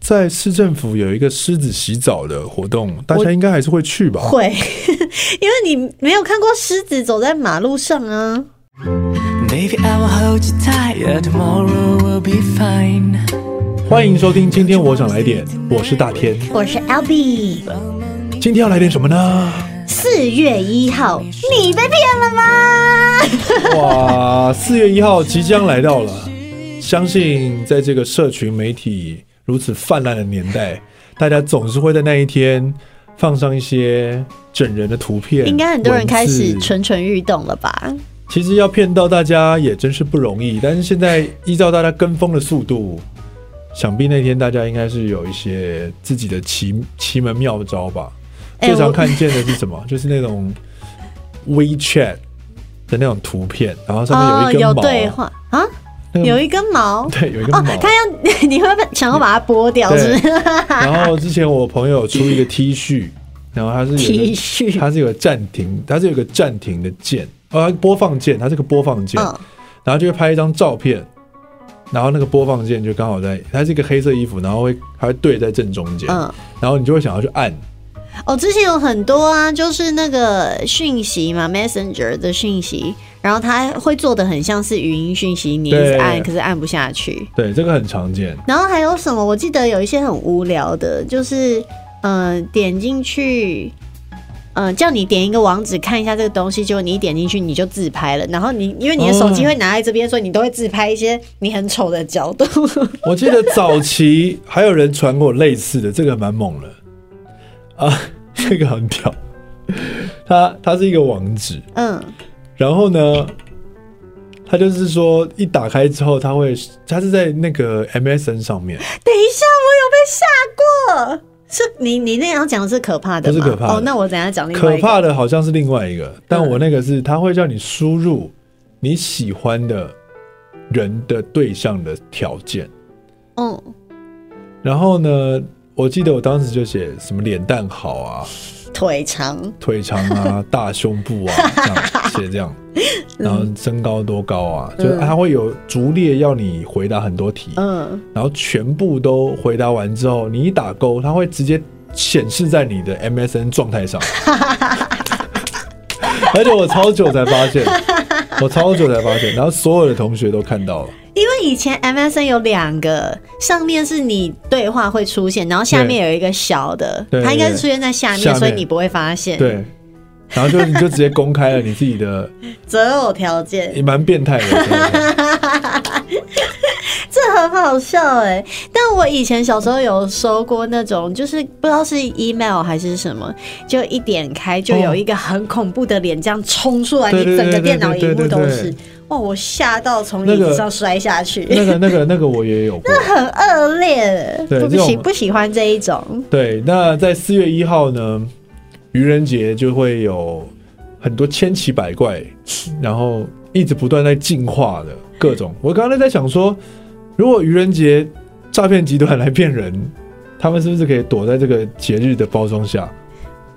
在市政府有一个狮子洗澡的活动，大家应该还是会去吧？会， 因为你没有看过狮子走在马路上啊。 Baby, I will hold you tight. Yeah, tomorrow will be fine. 欢迎收听，今天我想来点，我是大天，我是 L B，今天要来点什么呢？四月一号，你被骗了吗？哇，四月一号即将来到了，相信在这个社群媒体如此泛滥的年代，大家总是会在那一天放上一些整人的图片，应该很多人开始文字蠢蠢欲动了吧？其实要骗到大家也真是不容易，但是现在依照大家跟风的速度，想必那天大家应该是有一些自己的奇奇门妙招吧。哎最常我看见的是什么？ 就是那种 WeChat 的那种图片，然后上面有一哦有根毛，对话啊，那个有一根毛。 对有一根毛，哦，他要 你会不会想要把它剥掉，是不是？然后之前我朋友出一个 T 恤，然后它是有 一 T 个恤，它是有个暂停，它是有个暂停的键，呃，播放键，它是个播放键，嗯，然后就会拍一张照片，然后那个播放键就刚好在，它是一个黑色衣服，然后会还会对在正中间，嗯然后你就会想要去按，哦，之前有很多啊，就是那个讯息嘛，Messenger 的讯息，然后它会做的很像是语音讯息，你一直对按，可是按不下去。对，这个很常见，然后还有什么？我记得有一些很无聊的，就是嗯、呃点进去。嗯、叫你点一个网址看一下这个东西，结果你一点进去你就自拍了，然后你因为你的手机哦会拿在这边，所以你都会自拍一些你很丑的角度。我记得早期还有人传过类似的，这个蛮猛的啊， 这个很屌，它它是一个网址，嗯，然后呢，它就是说一打开之后，它会它是在那个 MSN 上面， 等一下，我有被吓过。是你你那样讲的是可怕的吗？不是可怕的哦，那我等一下讲另外可一个。怕的好像是另外一个，但我那个是它会叫你输入你喜欢的人的对象的条件，嗯，然后呢，我记得我当时就写什么脸蛋好啊，腿长，腿长 啊，大胸部啊，这样写这样，嗯然后身高多高啊，就是它会有逐列要你回答很多题，嗯，然后全部都回答完之后，你一打勾，它会直接显示在你的 MSN 状态上。 而且我超久才发现，我超久才发现，然后所有的同学都看到了。因为以前 MSN 有两个，上面是你对话会出现，然后下面有一个小的，对对它应该是出现在下面，下面所以你不会发现。，对，然后就你就直接公开了你自己的，择偶条也件， 蛮变态的真的。这很好笑哎、但我以前小时候有收过那种，就是不知道是 email 还是什么，就一点开就有一个很恐怖的脸这样冲出来，对你对整个对对电脑荧对幕对都对是。哇！我吓到从椅那子个上摔下去。那个、那个、那个我也有过。很恶劣，对不这喜种不喜欢这一种。对，那在四月一号呢，愚人节就会有很多千奇百怪，然后一直不断在进化的各种。我刚刚在想说，如果愚人节诈骗集团来骗人，他们是不是可以躲在这个节日的包装下？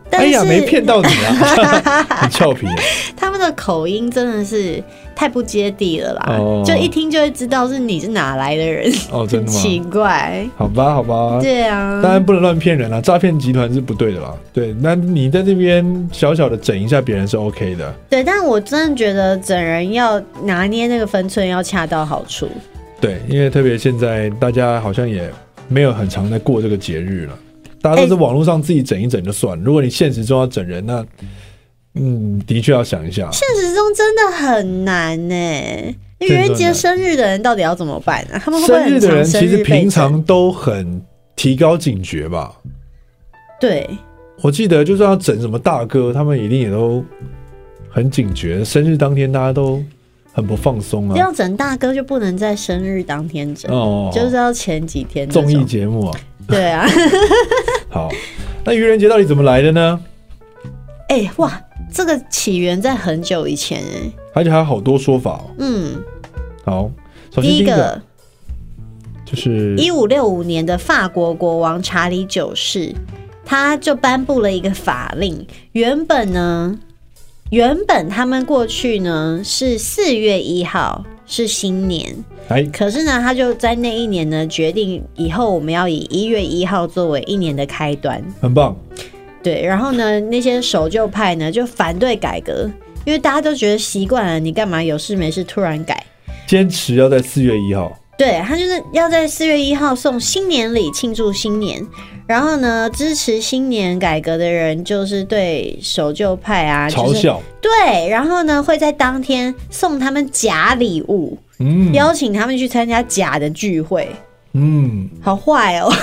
但哎呀，没是骗到你 啊，很俏皮。他们的口音真的是太不接地了啦，哦就一听就会知道是你是哪来的人，哦，真很的奇吗？怪。好吧，好吧。对啊，当然不能乱骗人啦、诈骗集团是不对的啦。对，那你在这边小小的整一下别人是 OK 的。对，但我真的觉得整人要拿捏那个分寸要恰到好处。对，因为特别现在大家好像也没有很常在过这个节日了，大家都是网络上自己整一整就算了。如果你现实中要整人，那嗯，的确要想一下。现实中真的很难呢、那愚人节生日的人到底要怎么办啊？他们会不会生日很的人常其生实日被平整常都很提高警觉吧。对我记得就算要整什么大哥，他们一定也都很警觉。生日当天大家都很不放松啊。要整大哥就不能在生日当天整，哦，就是要前几天那种综艺节目啊。对啊， 好，那愚人节到底怎么来的呢？哎、哇，这个起源在很久以前哎、而且还有好多说法哦。嗯，好，首先第第一一个个，嗯就是一五六五年的法国国王查理九世，他就颁布了一个法令，原本呢，原本他们过去呢是四月一号是新年，哎，可是呢，他就在那一年呢决定以后我们要以一月一号作为一年的开端。很棒，对，然后呢，那些守旧派呢就反对改革，因为大家都觉得习惯了，你干嘛有事没事突然改？坚持要在四月一号，对他就是要在四月一号送新年礼庆祝新年，然后呢，支持新年改革的人就是对守旧派啊，就嘲是笑，对，然后呢会在当天送他们假礼物，嗯邀请他们去参加假的聚会，嗯，好坏哦。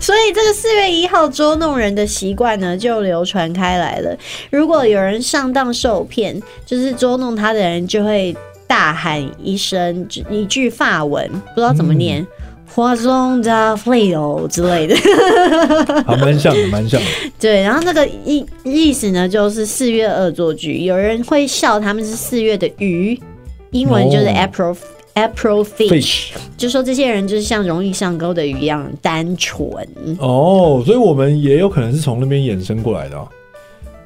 所以这个四月一号捉弄人的习惯呢，就流传开来了。如果有人上当受骗，就是捉弄他的人就会大喊一声一句法文，不知道怎么念。花中的 f l e o 之类的， 还啊蛮像的，蛮像的，对，然后那个意意思呢，就是四月恶作剧，有人会笑他们是四月的鱼，英文就是哦 April、April Fish， fish 就说这些人就是像容易上钩的鱼一样单纯。哦，所以我们也有可能是从那边衍生过来的、啊，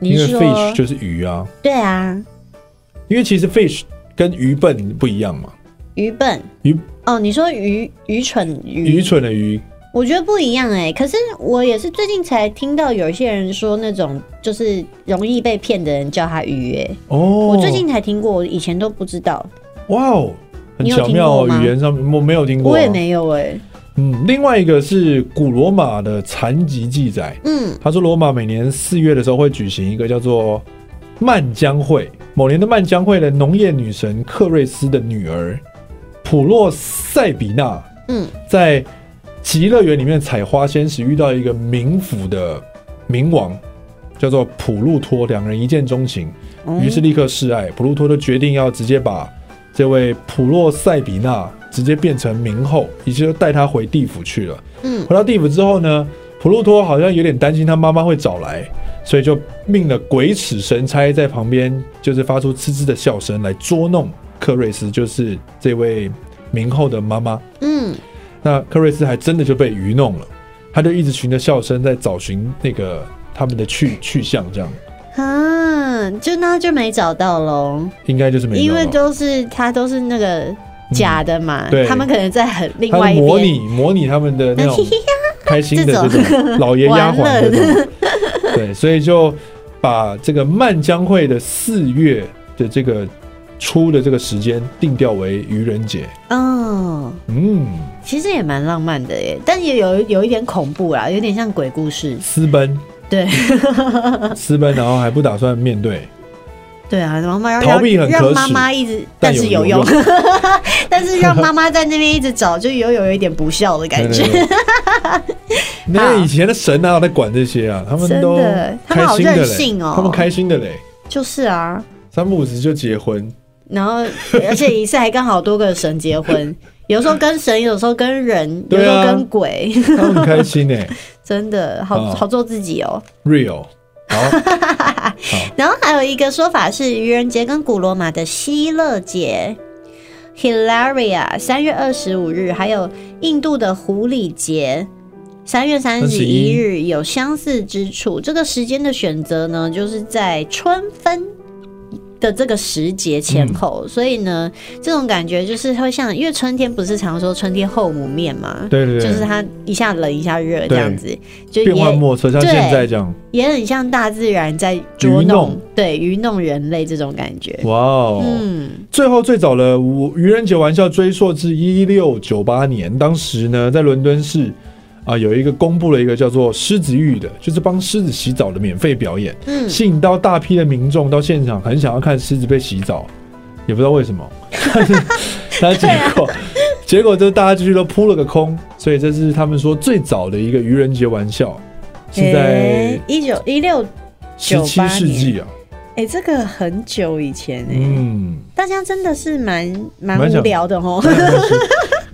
你因为是 fish 说就是鱼啊，对啊，因为其实 fish 跟鱼笨不一样嘛，愚笨愚哦，你说愚愚蠢愚愚，蠢的鱼，我觉得不一样哎、可是我也是最近才听到有一些人说那种就是容易被骗的人叫他鱼哎、哦，我最近才听过，我以前都不知道，哇哦，很你有巧妙听过哦，吗语言上面我没有听过、啊，我也没有哎、嗯，另外一个是古罗马的残疾记载，嗯，他说罗马每年四月的时候会举行一个叫做曼江会，某年的曼江会的农业女神克瑞斯的女儿普洛塞比娜，嗯，在极乐园里面采花仙时遇到一个冥府的冥王，叫做普路托，两人一见钟情，哦于是立刻示爱。普路托就决定要直接把这位普洛塞比娜直接变成冥后，于是就带她回地府去了。嗯回到地府之后呢，普路托好像有点担心他妈妈会找来，所以就命了鬼使神差在旁边，就是发出嗤嗤的笑声来捉弄克瑞斯，就是这位冥后的妈妈。嗯，那克瑞斯还真的就被愚弄了，他就一直循着笑声在找寻那个他们的去去向，这样啊，就那就没找到喽，应该就是没因为用了。都是他都是那个假的嘛，嗯对他们可能在很另他外一模边。拟模拟他们的那 种开心的这这种种 老爷丫玩鬟乐这 种，对，所以就把这个漫江会的四月的这个初的这个时间定调为愚人节。哦，嗯，其实也蛮浪漫的耶，但也有有一点恐怖啦，有点像鬼故事。私奔对私奔，然后还不打算面对，对啊，然后妈妈逃避很让可让耻妈妈一直，但但是有用用， 但是让妈妈在那边一直找，就有有一点不孝的感对觉。对对 那以前的神哪有在管这些啊？他们都真的他开们好心的任嘞性，哦他们开心的嘞，就是啊，三不五时就结婚，然后而且一次还跟好多个神 结婚，有时候跟神，有时候跟人，有时对候啊跟鬼， 他们很开心哎真的好哦好做自己哦。 ，real，好，然后还有一个说法是愚人节跟古罗马的希勒节 （Hilaria） 三月二十五日，还有印度的狐狸节。三月三十一日有相似之处，这个时间的选择呢，就是在春分的这个时节前后，嗯所以呢，这种感觉就是会像，因为春天不是常说春天后母面嘛，对对对，就是它一下冷一下热这样子，就也变幻莫测，像对现在这样，也很像大自然在捉愚弄弄，对愚弄人类这种感觉。哇哦。嗯，最后最早的愚人节玩笑追溯至一六九八年，当时呢在伦敦市啊、有一个公布了一个叫做狮子浴的，就是帮狮子洗澡的免费表演，嗯吸引到大批的民众到现场，很想要看狮子被洗澡，也不知道为什么， 但是结果、结果就大家继续都扑了个空，所以这是他们说最早的一个愚人节玩笑，是在一九一六，十七世纪啊，哎、这个很久以前哎、嗯。大家真的是蛮蛮蛮无想聊的哦。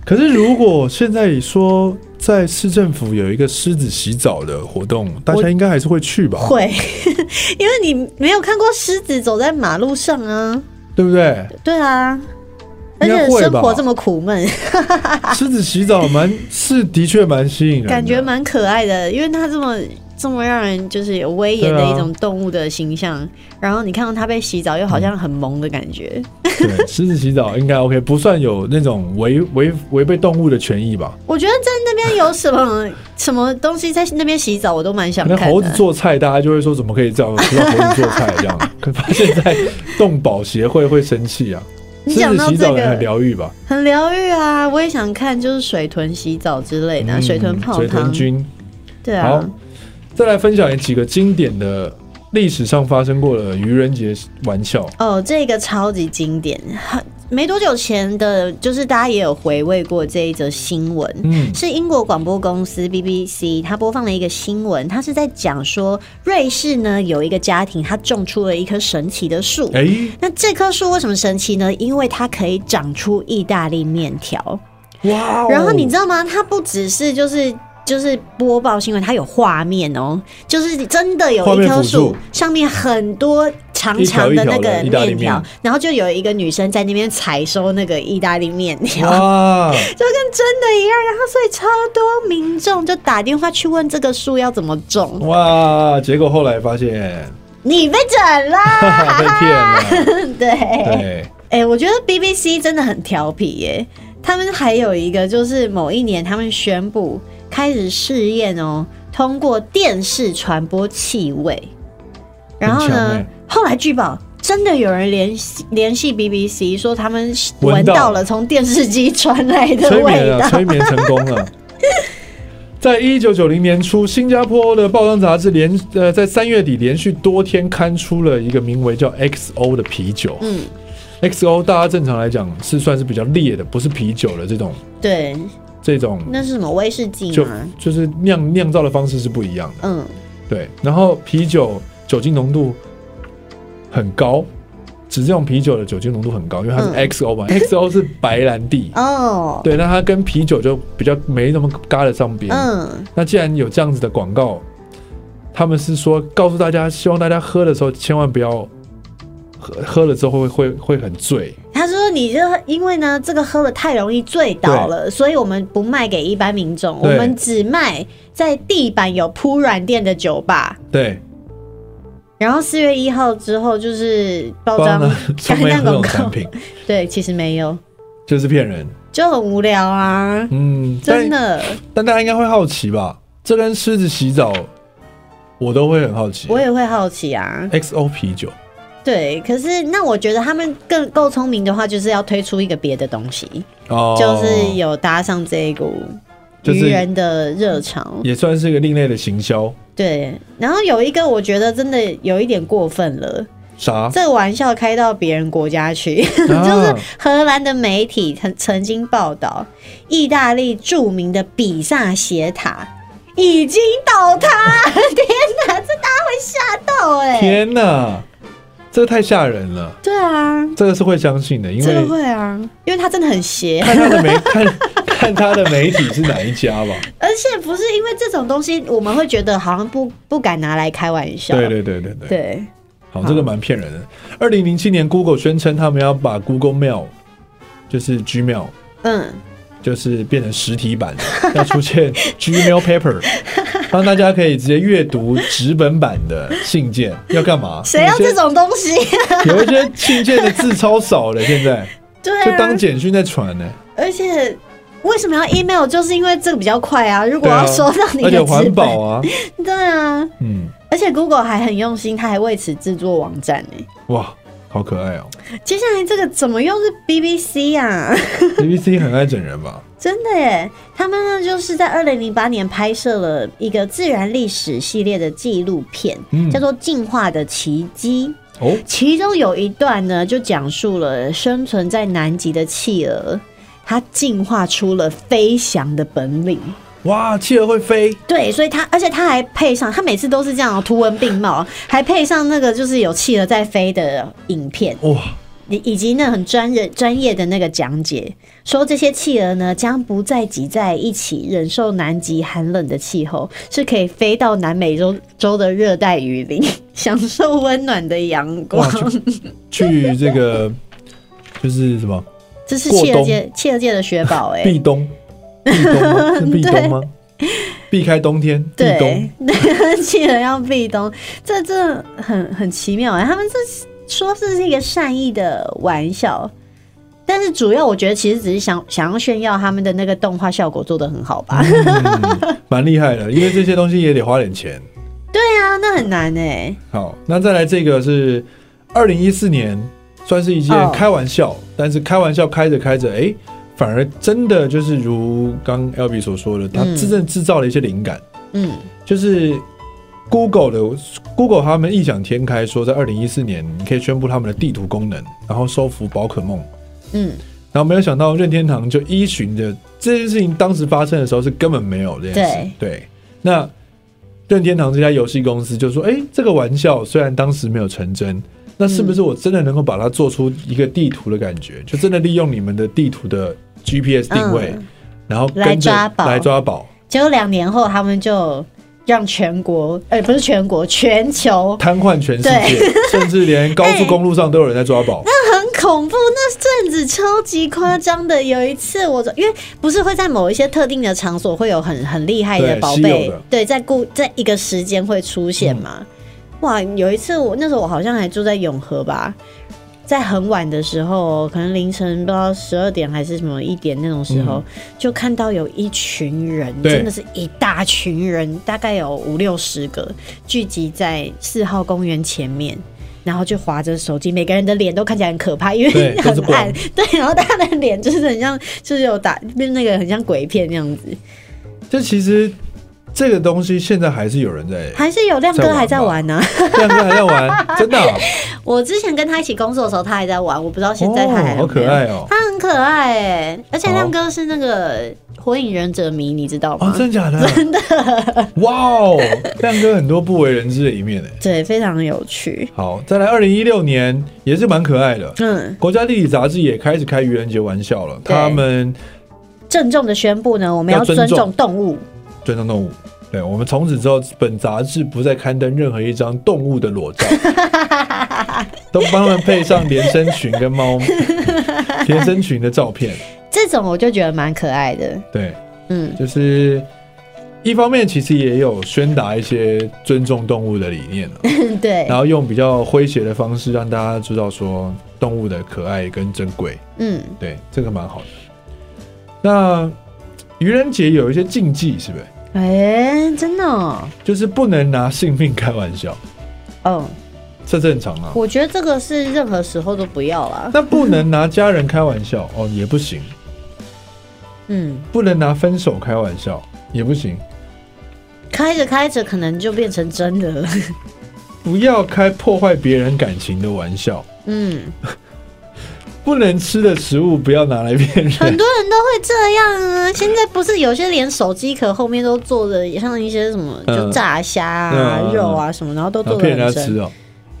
可是如果现在说在市政府有一个狮子洗澡的活动，大家应该还是会去吧？ 会， 因为你没有看过狮子走在马路上啊，对不对？对啊，而应该且会生吧活这么苦 闷，狮子洗澡蛮是的确蛮吸引人的，感觉蛮可爱的，因为它这么这么让人就是有威严的对啊一种动物的形象，然后你看到它被洗澡，又好像很萌的感觉。 对，狮子洗澡应该 OK，不算有那种违违违背动物的权益吧？我觉得在那边有什么什么东西在那边洗澡，我都蛮想那看猴子的。做菜，大家就会说怎么可以这样 吃到猴子做菜这 样？可发现在动保协会会生气啊。你狮讲子到洗这澡也很个疗愈吧？很疗愈啊，我也想看，就是水豚洗澡之类的啊、嗯水豚泡水豚汤，菌。对好啊，，再来分享几个经典的历史上发生过的愚人节玩笑。哦，这个超级经典，很没多久前的，就是大家也有回味过这一则新闻。嗯，是英国广播公司 BBC，它播放了一个新闻，它是在讲说瑞士呢有一个家庭，它种出了一棵神奇的树。哎、那这棵树为什么神奇呢？因为它可以长出意大利面条。哇、哦！然后你知道吗？它不只是就是。就是播报新闻，它有画面哦，就是真的有画一面棵辅助树上面很多长长那个一条一条的意大利面条面，然后就有一个女生在那边采收那个意大利面条，哦哇， 就跟真的一样。然后所以超多民众就打电话去问这个树要怎么哦种，哇！结果后来发现你被整 哈啦，哈被 骗了，对。对，哎、我觉得 BBC 真的很调皮耶、他们还有一个就是某一年，他们宣布开始试验哦，通过电视传播气味。然后很强呢，欸后来据报真的有人联系联系 BBC 说他们闻闻到到了从电视机传来的催眠味了，道。催眠成功了。在一九九零年初，新加坡的报章杂志连呃在三月底连续多天刊出了一个名为叫 XO 的啤酒。嗯， XO 大家正常来讲是算是比较烈的，不是啤酒的这种对，这种那是什么威士忌就吗？就是酿酿造的方式是不一样的。嗯，对，然后啤酒酒精浓度很高，只这种啤酒的酒精浓度很高，因为它嗯是 XO 嘛、x o 是白兰地。哦，对，那它跟啤酒就比较没那么搭得上边。嗯，那既然有这样子的广告，他们是说告诉大家，希望大家喝的时候千万不要喝喝了之后会会会很醉。他说：“你这因为呢，这个喝了太容易醉倒了，所以我们不卖给一般民众，我对们只卖在地板有铺软垫的酒吧。对，”然后四月一号之后就是报不然章呢， 从没有干这广种告产，品， 对，其实没有，就是骗人。就很无聊啊，嗯，但真的，但大家应该会好奇吧？这跟狮子洗澡，我都会很好奇。我也会好奇啊。 XO 啤酒，对，可是那我觉得他们更够聪明的话，就是要推出一个别的东西，哦，就是有搭上这一股就是愚人的热潮。也算是一个另类的行销。对，然后有一个我觉得真的有一点过分了，啥？这玩笑开到别人国家去， 啊就是荷兰的媒体曾曾经报道，意大利著名的比萨斜塔已经倒塌， 天哪，这大家会吓到哎、天哪，这太吓人了！对啊，这个是会相信的，因这为个会啊，因为它真的很 邪，看他的媒看看他的媒体是哪一家 吧。而且不是因为这种东西，我们会觉得好像不不敢拿来开玩笑，对对对对对，对好，这个蛮骗人的。二零零七年，Google 宣称他们要把 Google Mail，就是 Gmail，嗯，就是变成实体版 的，要出现 Gmail Paper，让大家可以直接阅读纸本版的信件。要干嘛？谁要有一这些种东西？ 有一些信件的字超少的，现在对就啊，当简讯在传呢、而且为什么要 email？就是因为这个比较快啊。如果对啊要收到你而且的纸环本，保啊，对啊。嗯，而且 Google 还很用心，它还为此制作网站呢、哇，好可爱哦、接下来这个怎么又是 BBC 啊？ BBC 很爱整人吧？真的耶！他们呢就是在二零零八年拍摄了一个自然历史系列的纪录片，嗯叫做《进化的奇迹》。哦，其中有一段呢，就讲述了生存在南极的企鹅，它进化出了飞翔的本领。哇，企鹅会飞，对，所以他，而且他还配上，他每次都是这样、哦、图文并茂，还配上那个就是有企鹅在飞的影片，哇，以以及那很专人专业的那个讲解，说这些企鹅呢将不再挤在一起，忍受南极寒冷的气候，是可以飞到南美洲洲的热带雨林， 享受温暖的阳光哇。去这个 就是什么这是过企鹅冬 界企鹅界的雪宝哎、 壁咚，壁咚吗？是壁咚吗？避开冬天，避冬对，对， 记得要避冬，这这很很奇妙哎、他们这是说这是一个善意的玩笑，但是主要我觉得其实只是想想要炫耀他们的那个动画效果做得很好吧？嗯蛮厉害的，因为这些东西也得花点钱。对啊，那很难哎、好，那再来这个是二零一四年，算是一件哦开玩笑，但是开玩笑开着开着，哎、反而真的就是如刚 L B 所说的，它嗯真正制造了一些灵感，嗯就是 Google 的 Google 他们异想天开，说在二零一四年你可以宣布他们的地图功能，然后收服宝可梦。嗯，然后没有想到任天堂就依循着这件事情，当时发生的时候是根本没有这件事。对，那任天堂这家游戏公司就说：“哎、这个玩笑虽然当时没有成真，那是嗯不是我真的能够把它做出一个地图的感觉？就真的利用你们的地图的 GPS 定位，嗯然后来跟着抓宝来抓宝。结果两年后他们就让全国，哎、不是全国，全球瘫痪全世界， 甚至连高速公路上都有人在抓 宝。很恐怖，那阵子超级夸张的。有一次我，因为不是会在某一些特定的场所会有很很厉害的对宝稀有贝的，嗯对，在固在一个时间会出现嘛。哇，有一次我那时候我好像还住在永和吧，在很晚的时候，哦可能凌晨不知道十二点还是什么一点那种时候，就看到有一群人，对真的是一大群人，大概有五六十个聚集在四号公园前面。然后就划着手机，每个人的脸都看起来很可怕，因为对很都是光暗。 对，然后大家的脸就是很像，就是有打那个很像鬼片那样子。这其实这个东西现在还是有人在， 还是有亮在哥玩还在吧玩呢、亮哥还在玩，真的啊、我之前跟他一起工作的时候，他还在玩，我不知道 现在他还有没哦、有好可爱哦。他很可爱哎、而且好亮哥是那个火影忍者迷，你知道吗？哦，真的假的？真的！哇哦，亮哥很多不为人知的一面哎。对，非常有趣。好，再来，二零一六年也是蛮可爱的。嗯，国家地理杂志也开始开愚人节玩笑了，对他们郑重的宣布呢，我们要要尊尊重重动物。尊重动物。对我们从此之后，本杂志不再刊登任何一张动物的裸照，都帮他们配上连身裙跟猫连身裙的照片。这种我就觉得蛮可爱的。对，嗯， 就是一方面其实也有宣达一些尊重动物的理念了。 对然，后用比较诙谐的方式让大家知道说动物的可爱跟珍贵，嗯，对，这个蛮好的。那愚人节有一些禁忌，是不是？哎、真的哦就是不能拿性命开玩笑，哦，这正常啊。我觉得这个是任何时候都不要啦。那不能拿家人开玩笑哦，也不行；嗯，不能拿分手开玩笑，也不行。开着开着可能就变成真的了。不要开破坏别人感情的玩笑，嗯，不能吃的食物不要拿来骗 很人。多人都会这样啊。现在不是有些连手机壳后面都做的，像一些什么嗯就炸虾啊、嗯嗯嗯肉啊什么，然后都然做后的骗很人家真。吃哦，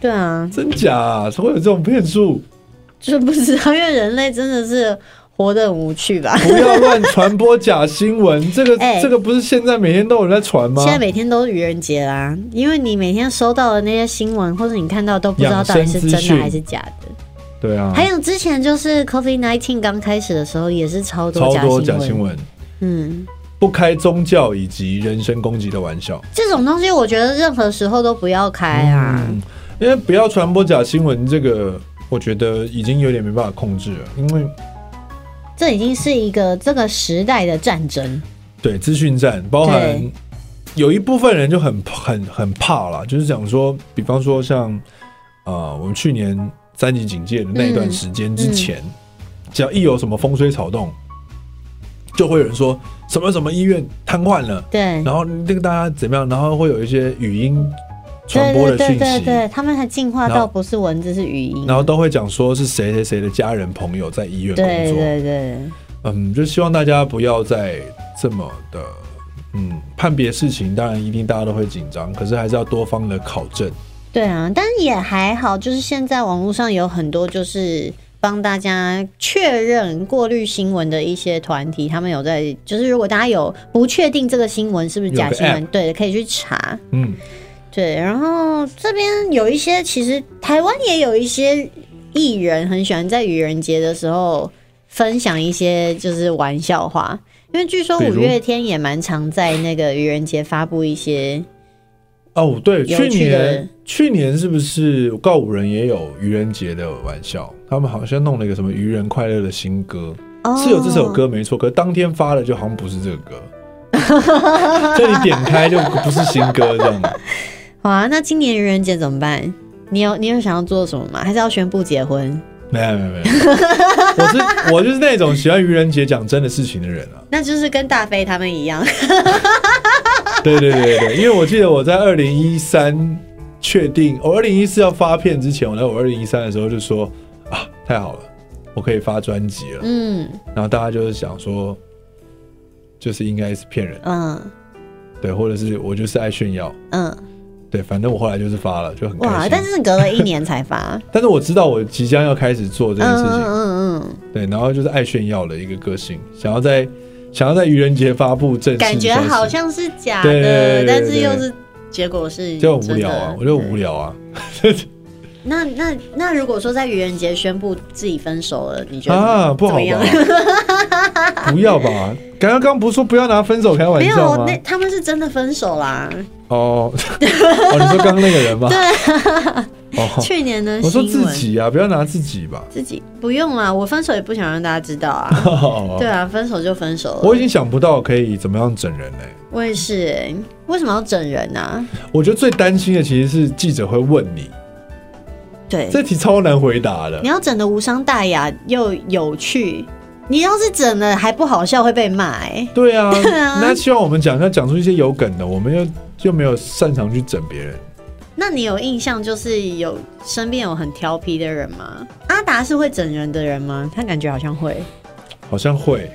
对啊，真假、啊？会有这种骗术？ 就是不知道，因为人类真的是活得很无趣 吧。不要乱传播假新闻，这个、哎这个不是现在每天都有人在传吗现？在每天都是愚人节啦，因为你每天收到的那些新闻，或者你看到都不知道到底是养生真资的讯还是假的。对啊，还有之前就是 COVID nineteen 刚开始的时候，也是超多超假多假新新闻。闻，嗯，不开宗教以及人身攻击的玩笑。这种东西我觉得任何时候都不要开啊。嗯，因为不要传播假新闻，这个我觉得已经有点没办法控制了，因为这已经是一个这个时代的战争。对资讯战包含对有一部分人就很很很怕啦，就是讲说，比方说像啊、呃我们去年三级警戒的那一段时间之前，嗯只要一有什么风吹草动，就会有人说什么什么医院瘫痪了。对，然后那个大家怎么样？然后会有一些语音传对播的对讯对息，对对，他们还进化然到后不是文字是语音。然后都会讲说是谁谁谁的家人朋友在医院工对作。对对，嗯，就希望大家不要再这么的嗯判别事情。当然，一定大家都会紧张，可是还是要多方的考证。对啊，但也还好，就是现在网络上有很多就是帮大家确认过滤新闻的一些团体，他们有在，就是如果大家有不确定这个新闻是不是有个假新闻 app，对，可以去查。嗯，对，然后这边有一些，其实台湾也有一些艺人很喜欢在愚人节的时候分享一些就是玩笑话，因为据说比五如月天也蛮常在那个愚人节发布一些，哦，对，有趣去的年去年是不是告五人也有愚人节的玩笑？他们好像弄了一个什么愚人快乐的新歌，哦是有这首歌没错，可是当天发的就好像不是这个歌， 这你点开就不是新歌这样。好啊，那今年愚人节怎么办？你有你有想要做什么吗？还是要宣布结婚？没有没有没 有，我是我就是那种喜欢愚人节讲真的事情的人啊。那就是跟大飞他们一样，对对对对，因为我记得我在二零一三确定，哦我二零一四要发片之前，我在我二零一三的时候就说啊，太好了，我可以发专辑了。嗯然后大家就是想说，就是应该是骗人，嗯对，或者是我就是爱炫耀，嗯，对，反正我后来就是发了，就很开哇！心。但是隔了一年 才发，但是我知道我即将要开始做这件事嗯情，嗯嗯对，然后就是爱炫耀的一个个性，想要在想要在愚人节发布正式嗯，感觉消息好像是假对对的，对对但是又是结果是就很无聊啊真，的我就很无。聊啊。对那那那如果说在愚人节宣布自己分手了，你觉得啊，不怎好么样？吧？不要吧？刚刚刚不是说不要拿分手开玩 没笑有，吗那？他们是真的分手啦。哦， 哦，你说刚刚那个人 吗？对。哦， 去年的我说新自闻，己啊，不要拿自己 吧。自己不用啦，我分手也不想让大家知道啊。对啊，分手就分手了。哦我已经想不到可以怎么样整人嘞、我也是、欸，为什么要整人呢、啊？我觉得最担心的其实是记者会问你，对，这题超难回答的你。要整的无伤大雅又有趣，你要是整的还不好笑会被骂、欸。对 啊，啊那希望我们讲要讲出一些有梗的，我们又又没有擅长去整别人。那你有印象就是有身边有很调皮的人吗？阿达是会整人的人吗？他感觉好像会。好像会，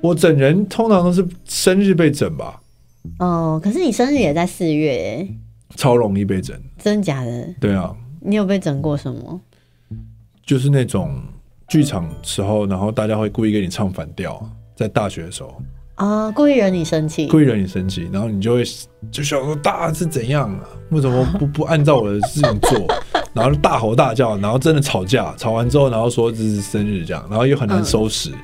我整人通常都是生日被整吧，哦，可是你生日也在四月、欸，超容易被整。真假的？对啊，你有被整过什么？就是那种剧场时候，然后大家会故意给你唱反调，在大学的时候啊、故意惹你生气？故意惹你生气，然后你就会就想说大是怎样啊？为什么不不按照我的事情 做？然后就大吼大叫，然后真的吵架，吵完之后，然后说这是生日这样，然后又很难收拾。嗯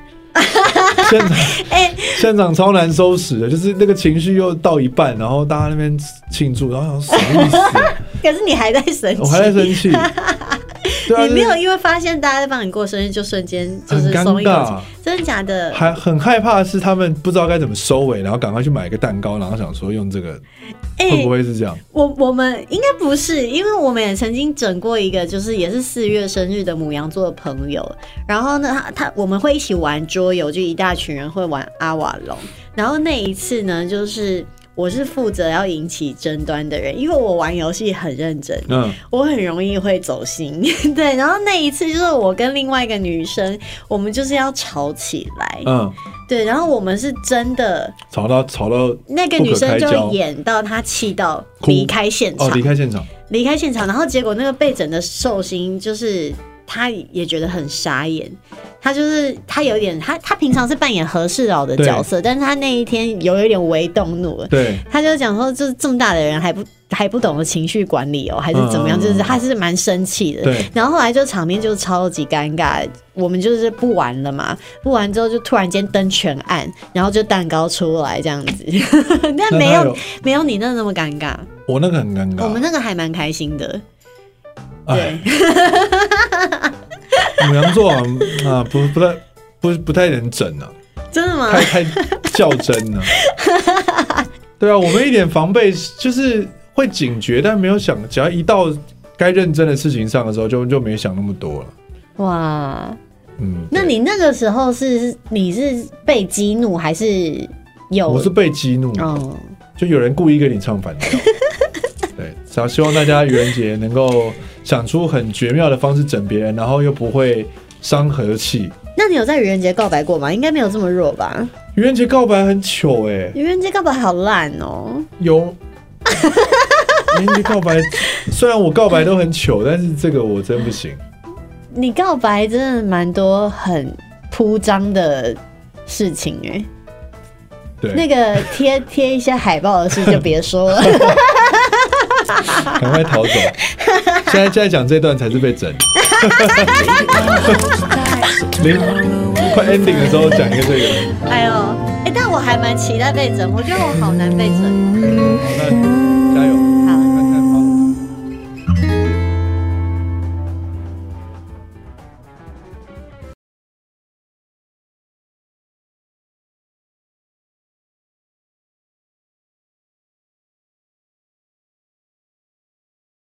现 场，哎现场超难收拾的，就是那个情绪又到一半，然后大家那边庆祝，然后想说什么意思啊、 可是你还在生气，我还在生气。对啊，你没就是有因为发现大家在帮你过生日，就瞬间就是很尴松一口尬气，真的假的？还很害怕的是他们不知道该怎么收尾，然后赶快去买一个蛋糕，然后想说用这个哎会不会是这样？我我们应该不是，因为我们也曾经整过一个，就是也是四月生日的母羊座的朋友。然后呢，他他我们会一起玩桌游，就一大群人会玩阿瓦隆。然后那一次呢，就是我是负责要引起争端的人，因为我玩游戏很认真，嗯，我很容易会 走心。对，然后那一次就是我跟另外一个女生，我们就是要吵起来。嗯，对，然后我们是真的，吵到吵到那个不女可生开就交演到她气到哭离开现场哦，。离开现场，离开现场，然后结果那个被整的寿星就是他也觉得很傻眼，他就是他有点他他平常是扮演和事佬的角色，但是他那一天有一点微动怒了。对，他就讲说，就是这么大的人还不还不懂得情绪管理哦，还是怎么样？嗯嗯嗯就是他是蛮生气的。对然后后来就场面就超级尴尬，我们就是不玩了嘛。不玩之后就突然间灯全暗，然后就蛋糕出来这样子。 但那没他有有啊没有你那那么尴尬，我那个很尴尬，我们那个还蛮开心的。哎，母羊座啊， 啊不不太不不太能整啊，真 的吗？太太较真 了。对啊，我们一点防备就是会警觉，但没有想，只要一到该认真的事情上的时候，就就没想那么多了。哇，嗯，那对你那个时候是你是被激怒还是有？我是被激怒，哦，就有人故意跟你唱反调。对，想希望大家愚人节能够想出很绝妙的方式整别人，然后又不会伤和气。那你有在愚人节告白过吗？应该没有这么弱吧？愚人节告白很糗哎、愚人节告白好烂哦、有。愚人节告白，虽然我告白都很糗，但是这个我真不行。你告白真的蛮多很铺张的事情哎、对，那个贴贴一些海报的事就别说 了。赶快逃走！现在现在讲这段才是被整。零快 ending 的时候讲一个这个，哎呦，哎、但我还蛮期待被整，我觉得我好难被整。好那